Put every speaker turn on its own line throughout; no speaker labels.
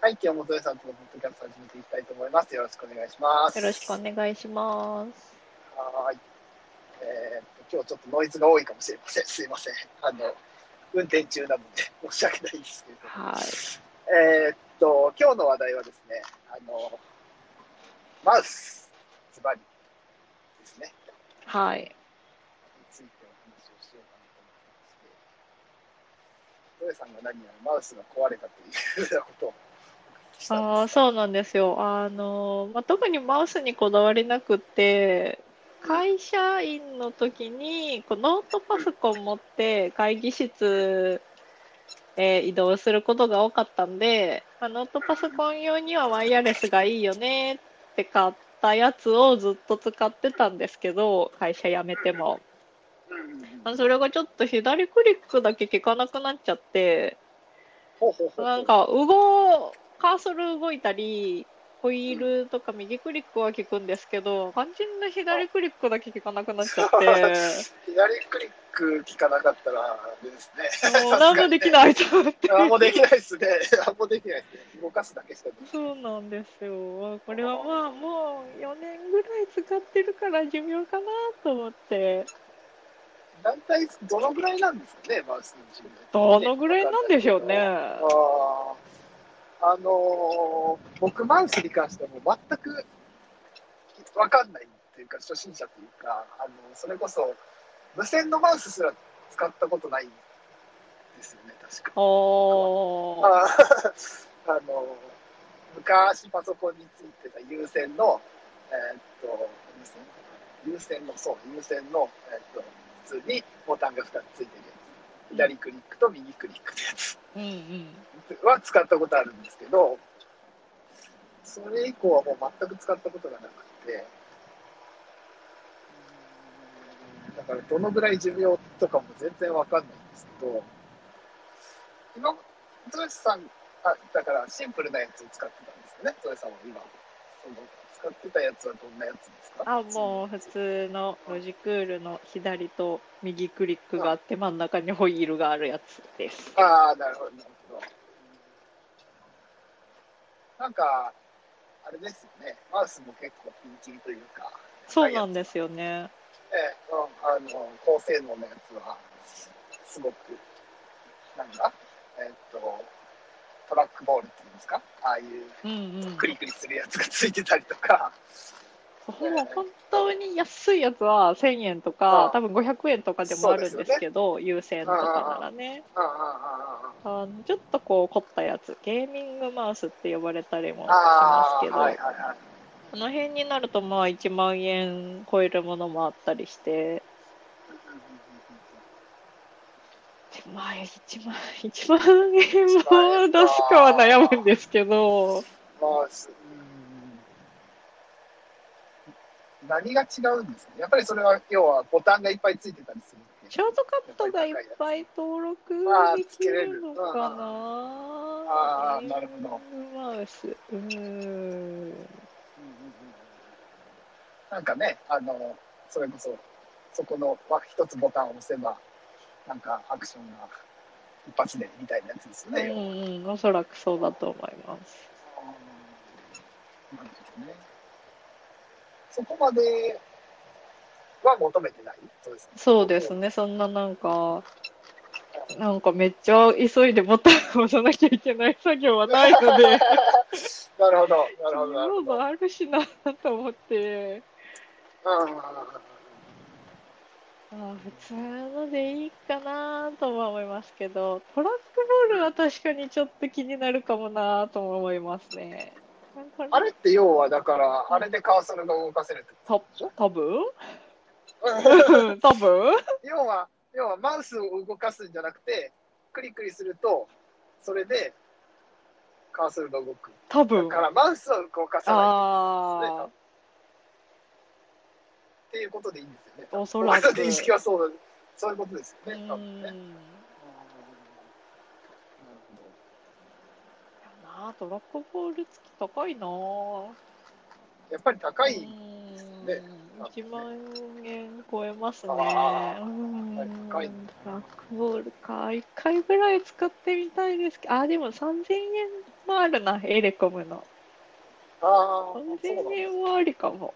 はい、今日もとよさんとのポッドキャストを始めていきたいと思います。よろしくお願いします。
よろしくお願いします。
はーい。えーっと、今日ちょっとノイズが多いかもしれません。すいません。あの、運転中なので申し訳ないですけど。
はい。
えーっと、今日の話題はですね、あの、マウス、ズバリですね、
はい。
についてお話をしようかなと思ってますけど、トヨさんが何やらマウスが壊れたというようなことをしたん
ああ、
です
そうなんですよ。あの、まあ、特にマウスにこだわりなくて、会社員の時にこうノートパソコン持って会議室へ移動することが多かったんで、まあ、ノートパソコン用にはワイヤレスがいいよねって買ったやつをずっと使ってたんですけど、会社辞めても。
うんうん
あそれがちょっと左クリックだけ効かなくなっちゃって、
ほうほうほうほう
なんか動、カーソル動いたり、ホイールとか右クリックは効くんですけど、肝心な左クリックだけ効かなくなっちゃって、
左クリック効かなかったら、あれですね。
もう何もできないと思って。
何もできないですね。何もできないですね。動かすだけしかでき
そうなんですよ。これはまあもう4年ぐらい使ってるから寿命かなと思っ
な
て。
い。大体、どのぐらいなんですかね、マウスの寿命って
どのぐらいなんでしょうね。
あーあのー僕、マウスに関してはもう全くわかんないっていうか、初心者というか、あのそれこそ無線のマウスすら使ったことないんですよね、確か。
おー。
あー あの昔パソコンについてた有線の、えーっと有線有線のそう有線の、えーっと普通にボタンが2つついてるやつ左クリックと右クリックのやつ
うんうん。
は使ったことあるんですけどそれ以降はもう全く使ったことがなくてうーんだからどのぐらい寿命とかも全然わかんないんですけど今ゾエさんあだからシンプルなやつを使ってたんですよねゾエさんは今その使ってたやつはどんなやつですか
あ、もう普通のロジクールの左と右クリックがあって真ん中にホイールがあるやつです。
ああ、なるほど、なるほど。なんか、あれですよね、マウスも結構ピンキリというか、
そうなんですよね。
ええうんあの高性能のやつは、すごく、なんだ、えっと、トラックボールっていうんですか、ああいう
うんうん。
クリクリするやつがついてたりとか、
ほぼ本当に安いやつは1000円と
あ
か
あ、
多分500円とかでもあるんですけど、有線とかならね。
ああああ
あのちょっとこう凝ったやつ、ゲーミングマウスって呼ばれたりもし
ああ、
ますけど、
はいはいはい。
この辺になるとまあ1万円超えるものもあったりして、
うんうんうんうん
まあ1万、1万円も出すかは悩むんですけど、
まあ、すうーん何が違うんですかやっぱりそれは要はボタンがいっぱいついてたりするっていう
ショートカットがいっぱい登録
あー
で
つ
き
けれる
るのかな
あーあーなるほど。
マウス。うーん。
なんかねあのそれこそそこのわ一つボタンを押せばなんかアクションが一発でみたいなやつですよね、
うんうん、おそらくそうだと思います。
なるほどねそこまでは求めてないそうですね
そうですね、そんななんか、なんかめっちゃ急いでボタンを押さなきゃいけない作業はないので、
なるほどなるほどなる
ロ
ほ
ー
ど
ドあるしなと思って。
う
まあ、普通のでいいかなとは思いますけど、トラックボールは確かにちょっと気になるかもなとも思いますね。
んあれって要はだから、あれでカーソルが動かせるって
た多分
こと
多分
要は要はマウスを動かすんじゃなくてクリクリするとそれでカーソルが動く
多
だ
分
からマウスを動かさない
あ
っていうことでいいんですよね
あ、おそ
動からさ
く。
ない認識はそう そういうことです
う
よね多分ねうん
ん。なあ、トラックボール付き高いなぁ。
やっぱり高い
うん
ねなんです
1
ね
万円超えますね。
あー
うん
やっぱり高いん
ダークボールか。1回ぐらい使ってみたいですけど、あー、でも3000円もあるな、エレコムの。
ああ、そうなんで
3000
すね
円もありかも。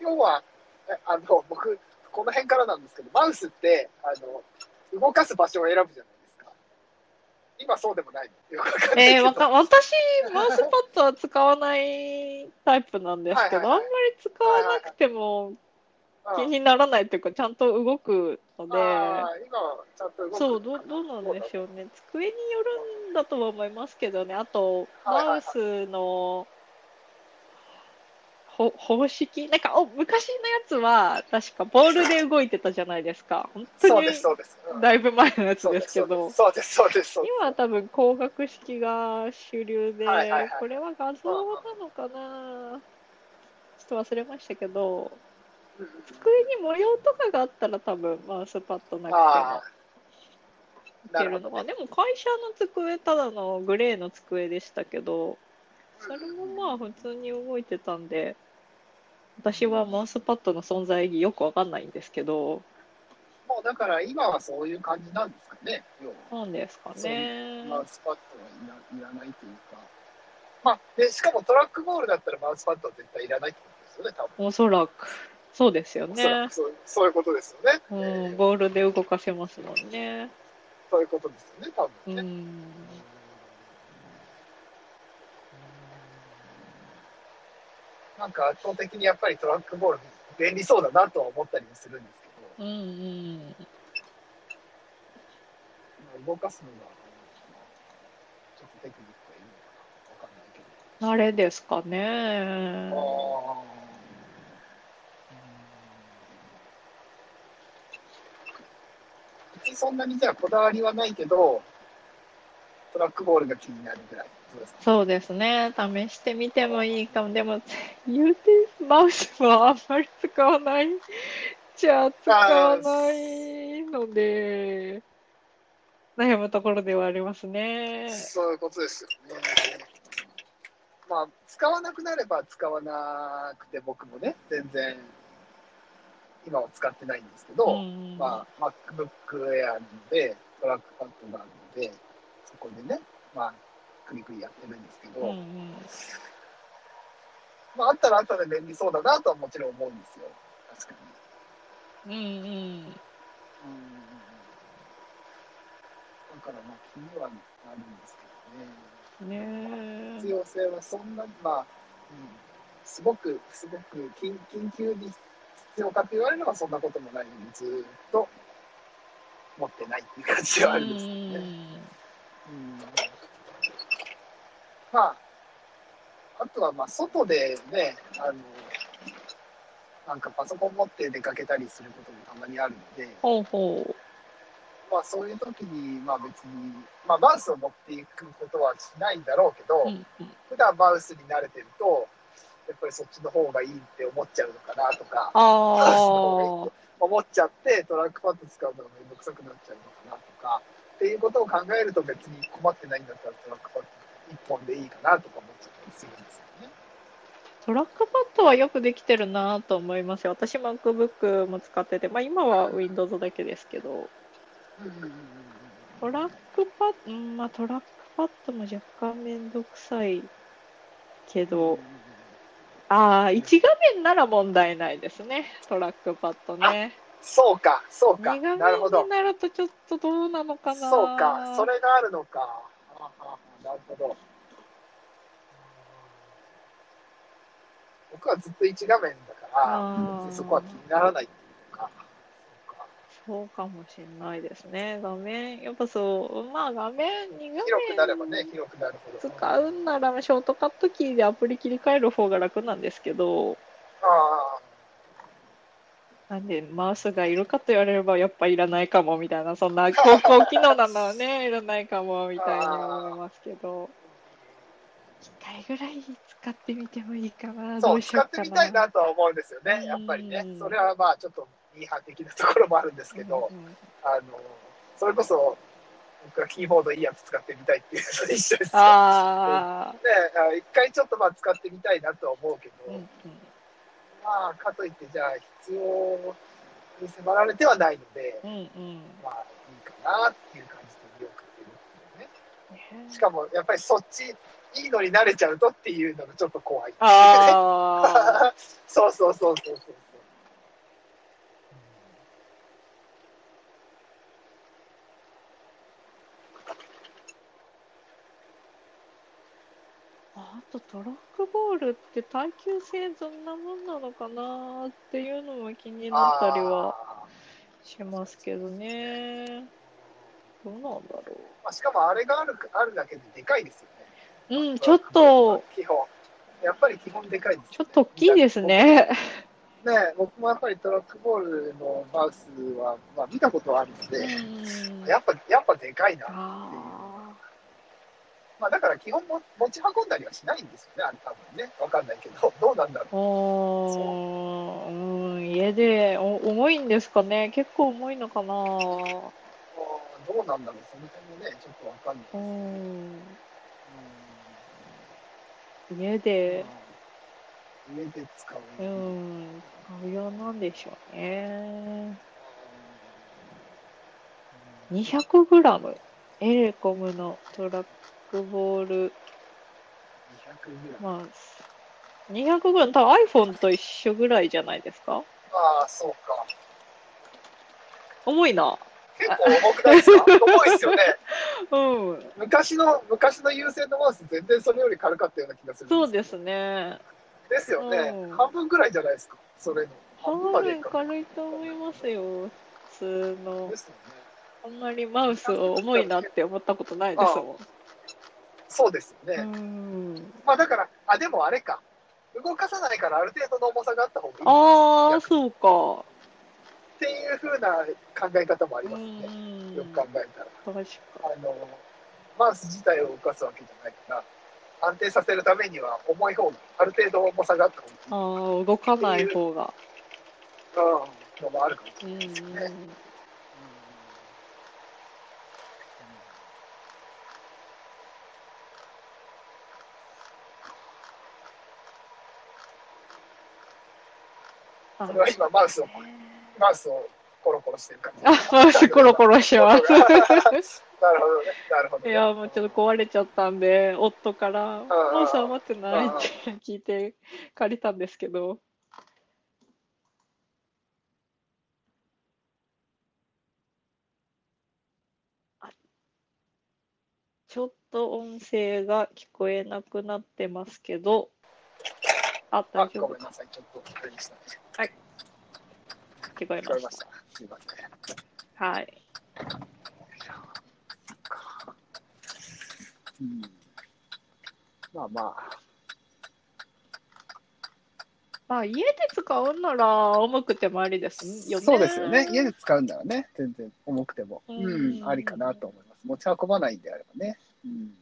要は、えあの、僕、この辺からなんですけど、マウスって、あの、動かす場所を選ぶじゃないですか。今そうでもないのよくわかんないけ
え
ど
ー、わか私、マウスパッドは使わないタイプなんですけど、
はいはいはい
あんまり使わなくても
あ
気にならないというか、ちゃんと動くので、
ああ今はちゃんと動く
そうどう、どうなんでしょうね、机によるんだとは思いますけどね、あ
はい
と、
はい
マ
はい
ウスのほ方式、なんかお昔のやつは、確かボールで動いてたじゃないですか、本当
そう
に
ですそうです、うん
だいぶ前のやつ
そう
ですけど。
そうですそうですそうです
今は多分光学式が主流で、
はいはいはい
これは画像なのかなちょっと忘れましたけど
うんうん
机に模様とかがあったら多分マウスパッドなく
ああ
てもいけるのはでも会社の机ただのグレーの机でしたけどそれもまあ普通に動いてたんで私はマウスパッドの存在意義よくわかんないんですけど
もうだから今はそういう感じなんですかね要は
なんですかね
マウスパッドはいらいらないというかまあでしかもトラックボールだったらマウスパッドは絶対いらないってことですよね多分
おそらくそうですよ
おそら
ね
く。そうそういうことですよね、
う
え
ん、
ー
ボールで動かせますもんね。
そういうことですよね多
う
分ね、
ん。
なんか圧倒的にやっぱりトラックボール便利そうだなとは思ったりもするんですけど
うんうん。
動かすのが、ちょっとテクニックがいいのかな、わかんないけ
あれですかね。
ど。ああ。うちそんなにじゃあこだわりはないけど、トラックボールが気になるぐらい。そうです
そうですね。試してみてもいいかも。でも、言うて、マウスはあんまり使わない。じゃあ、使わないので、悩むところではありますね。
そういうことですよね。まあ、使わなくなれば使わなくて、僕もね、全然、今は使ってないんですけど、
うん
まあ、MacBook Air で、トラックパッドがあるので、そこでね、まあ、クリクリやってるんですけど、
うんうん。
まあ、あったらあったで便利そうだなとはもちろん思うんですよ。確かに。
うんう
だ
ん。
から、まあ、気にはなるんですけどね。
ね
必要性はそんなに、まあ、うん、すごく、すごく緊、緊急に必要かって言われればそんなこともないので、ずーっと持ってないっていう感じはあるんですけどね。うんまあ、あとはまあ外でね、あの、なんかパソコン持って出かけたりすることもたまにあるので、
ほうほう。
まあそういう時に、まあ別に、まあマウスを持っていくことはしないんだろうけど、
うんうん
普段マウスに慣れてると、やっぱりそっちの方がいいって思っちゃうのかなとか、
ああ。
思っちゃってトラックパッド使うのがめんどくさくなっちゃうのかなとか、っていうことを考えると別に困ってないんだったらトラックパッド1本でいいかなとか思っちゃったりするんですよね。
トラックパッドはよくできてるなと思いますよ。私、MacBook も使ってて、まあ、今は Windows だけですけど、トラックパッド、うんまあ、トラックパッドも若干めんどくさいけど、ああ、1画面なら問題ないですね、トラックパッドね。
そうか、そうか、
2画
なるほ
面
ど
に。なるとちょっとどうなのかな。
そうか、それがあるのか。あああなるほど。僕はずっと1画面だから
あ、ー
別にそこは気にならないっていうか。そうか
そうかもしれないですね。画面、やっぱそう、まあ画面、2画
広くなれば
面
ね、広くなるほど。
使うんならショートカットキーでアプリ切り替える方が楽なんですけど
あ
なんでマウスがいるかと言われればやっぱいらないかもみたいなそんな高校機能なのはねいらないかもみたいに思いますけど1回ぐらい使ってみてもいいかな
あ、
ど
そうう、
しよ
使
う
って
かな
みたいなとは思うんですよね、やっぱりね
うん。
それはまあ、ちょっとミーハー的なところもあるんですけど、
うんうん
あの、それこそ、僕はキーボードいいやつ使ってみたいっていうのと一緒ですよ。
ああ
ね、あ一回ちょっとまあ使ってみたいなとは思うけど、
うんうん
まあ、かといって、じゃあ、必要に迫られてはないので、
うんうん
まあ、いいかなっていう感じで見送ってるっていうね。
ね
しかも、やっぱりそっち、いいのに慣れちゃうとっていうのがちょっと怖い。
ああ
そうそうそうそうそうそう。
あとトラックボールって耐久性どんなもんなのかなっていうのも気に
うん
なったりは
あ
しますけどねどうなんだろ
ーまあ、しかもあれがあるあるだけででかいですよね。
ううんちょっと
基本やっぱり基本でかいです、ね、
ちょっと大きいですね
ね僕もやっぱりトラックボールのマウスは、まあ、見たことはあるので、
うん
やっぱやっぱでかいな、
あ
まあ、だから基本も持ち運んだりはしないんですよねあれ多分ねわかんないけどどうなんだろう
ーおーうん家でお重いんですかね結構重いのかな
どうなんだろうその辺もねちょっとわかんないです
う
けど、うん
ん家で
まあ家で使う、
う
うん
ん使う用なんでしょうね200グラムエレコムのトラックボール
200ぐらい
マウス200グラム多分 iPhone と一緒ぐらいじゃないですか
ああそうか
重いな
結構重くないですか重いですよ ね
うん
昔の昔の優先のマウス全然それより軽かったような気がする
そうですすね
ですよね、
うん
半分ぐらいじゃないですかそれの半分まで
軽
い
い
かない
軽いと思いますよ普通の
ですよね
あんまりマウスを重いなって思ったことないですもん
そうですよね、
うん
まあだからあでもあれか動かさないからある程度の重さがあった方がいい
ああそうか
っていう風な考え方もあ
う
りますよね、
ん
よく考えたら
確か
あのマウス自体を動かすわけじゃないから安定させるためには重い方がある程度重さがあった方がいい
ああ動かない方が
うんのもあるかもし
う
れ
ん
な
う
いですよね、
んあ
それは今マウスをマウスをコロコロしてる感じ。
あ、マウスコロコロしてます。
なる ほどね、なるほど、
い
ね。
や、もうちょっと壊れちゃったんで、夫から、マウスは持ってないって聞いて借りたんですけど。あちょっと音声が聞こえなくなってますけど。あ、
あ
大丈
ご
夫
めん
か。
なさい、ちょっとあれでした。
聞こえ
聞こ
ま
えま
し
した。すみません。
た。はい。
うん、まあまあ、
まあ、家で使うなら重くてもありですよね。
そうですよね。家で使うんならね、全然重くても、う
うんん、
ありかなと思います。持ち運ばないんであればね。うん、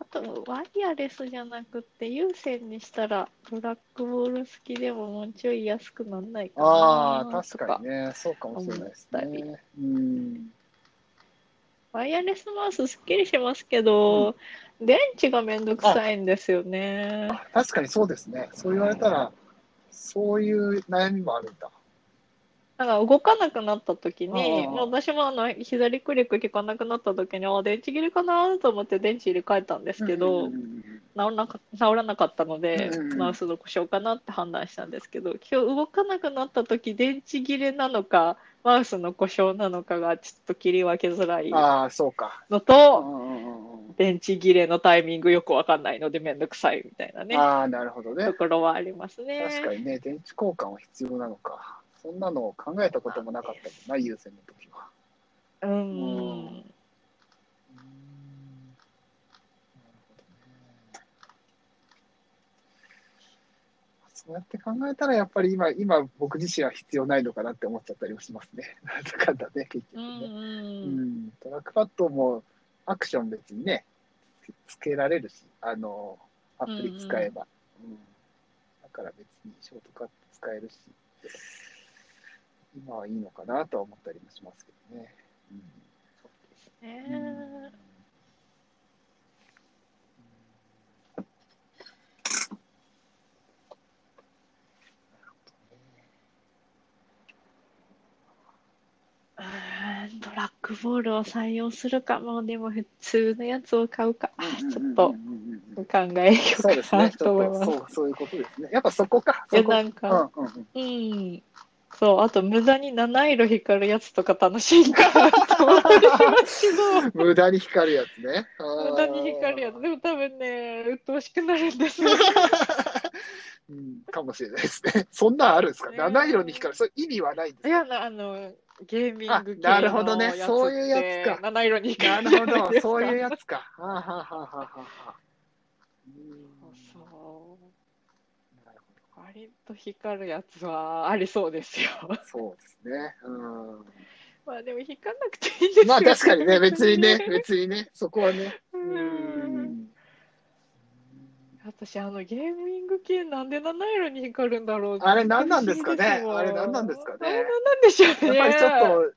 あとワイヤレスじゃなくて有線にしたらトラックボール付きでももうちょい安くなんないか
あ
な
あ、
と
確かにね、そうかもしれないです
思
ね。うん、
ワイヤレスマウスすっきりしますけど、電池がめんどくさいんですよね。
確かにそうですね。そう言われたら、そういう悩みもあるんだ。
なんか動かなくなった時に、
あー
もう私もあの左クリック効かなくなった時に、あー電池切れかなと思って電池入れ替えたんですけ
う
ど、
んうんうん
治らなか治らなかったので、
うんうん
マウスの故障かなって判断したんですけど今日動かなくなった時電池切れなのかマウスの故障なのかがちょっと切り分けづらい
ああ、そうか。
の
う
と
んうんうんうん
電池切れのタイミングよく分かんないので面倒くさいみたいなね
ああ、なるほどね
と。ころはありますね。
確かにね、電池交換は必要なのか。そんなのを考えたこともなかったもんな、優先の時は。
うん
うんそうやって考えたら、やっぱり今、今僕自身は必要ないのかなって思っちゃったりもしますね。 なんだかんだね、結
う
局
ん
ね。う
うん
ん、トラックパッドもアクション別にね、つつけられるし、あの、アプリ使えば。うんだから別にショートカット使えるし、今はいいのかなとは思ったりもしますけどね。うん
ね
な
クボールを採用するか、もうでも普通のやつを買うか、あ
うん
ち
うんう
ょっ
ん
と
うんうんうん
考えよ う
そうで
か
す
な
ね。ち
と
ょ
思
っ
い
と
ま
そ
す。
うそういうことですね。やっぱそこか。
いや
そこ
なんか、
うんうん うん、
うん。そう、あと無駄に七色光るやつとか楽しいかなと思 ったりしますけど。
無駄に光るやつね。あー
無駄に光るやつ。でも多分ね、鬱陶しくなる んですよ。
うん、かもしれないですね。そんなんあるんですか、
ね
七色に光る。それ意味はないんです
いや、なあの、ゲーミング系
あ
の
なるほどね
やつって
そういうやつか
七色に
か
光
な
るじゃ
る
ない
ほど。
ですか
そういうやつか。はあ、はあはあはあはあ、うん
そ
なるほど
う。割と光るやつはありそうですよ。
そうですね。う
まあでも光らなくていいです
ん。
よ
まあ確かにね、別にね、別にね、そこはね。
う。
うんん。
私、あの、ゲーミング系なんで七色に光るんだろう
あれ何なんですかね
不思議すわ
あれ何なんですかね
あれ何なんでしょう
やっ
ね。
ぱりちょっと、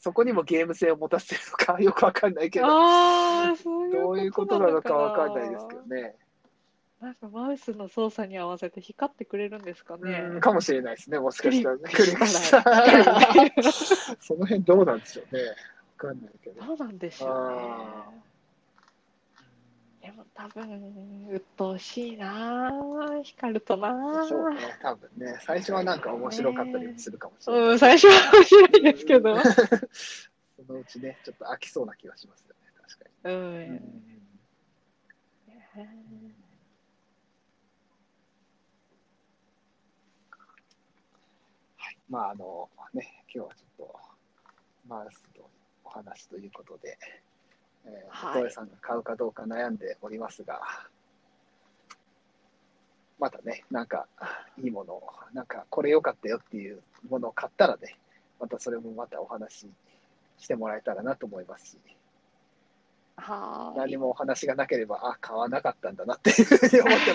そこにもゲーム性を持たせてるのか、よくわかんないけど、
ああ、そういう
どういうことなのかわかんないですけどね。
なんかマウスの操作に合わせて光ってくれるんですかね。
うん、かもしれないですね、もしかしたらね。
クリックした
クリックしたその辺どうなんでしょうね。わかんないけど。
どうなんでしょ
あ
うね。でも多分、鬱陶しいなぁ光るとなぁ
そうね、多分ね、最初はなんか面白かったりもするかもしれない。
うん、最初は面白いですけど。
そのうちね、ちょっと飽きそうな気がしますよね、確か
う
に。
ん。
まあ、あの、ね、今日はちょっと、マウスとお話ということで、えー、
はい
お父さんが買うかどうか悩んでおりますが、またね、なんか、いいものを、なんか、これ良かったよっていうものを買ったらね、またそれもまたお話ししてもらえたらなと思いますし、
はー
何
い。
もお話がなければ、あ、買わなかったんだなっていうふうに思って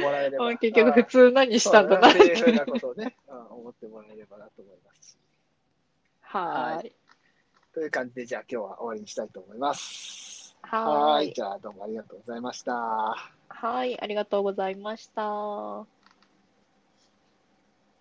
もらえれば。
結局普通何したんだな
っ
ってて
いうふう
いう。
なことをね、うん思ってもらえればなと思いますし。
はーい。
という感じで、じゃあ今日は終わりにしたいと思います。
はーい
じゃあどうもありがとうございました。
はい、ありがとうございました。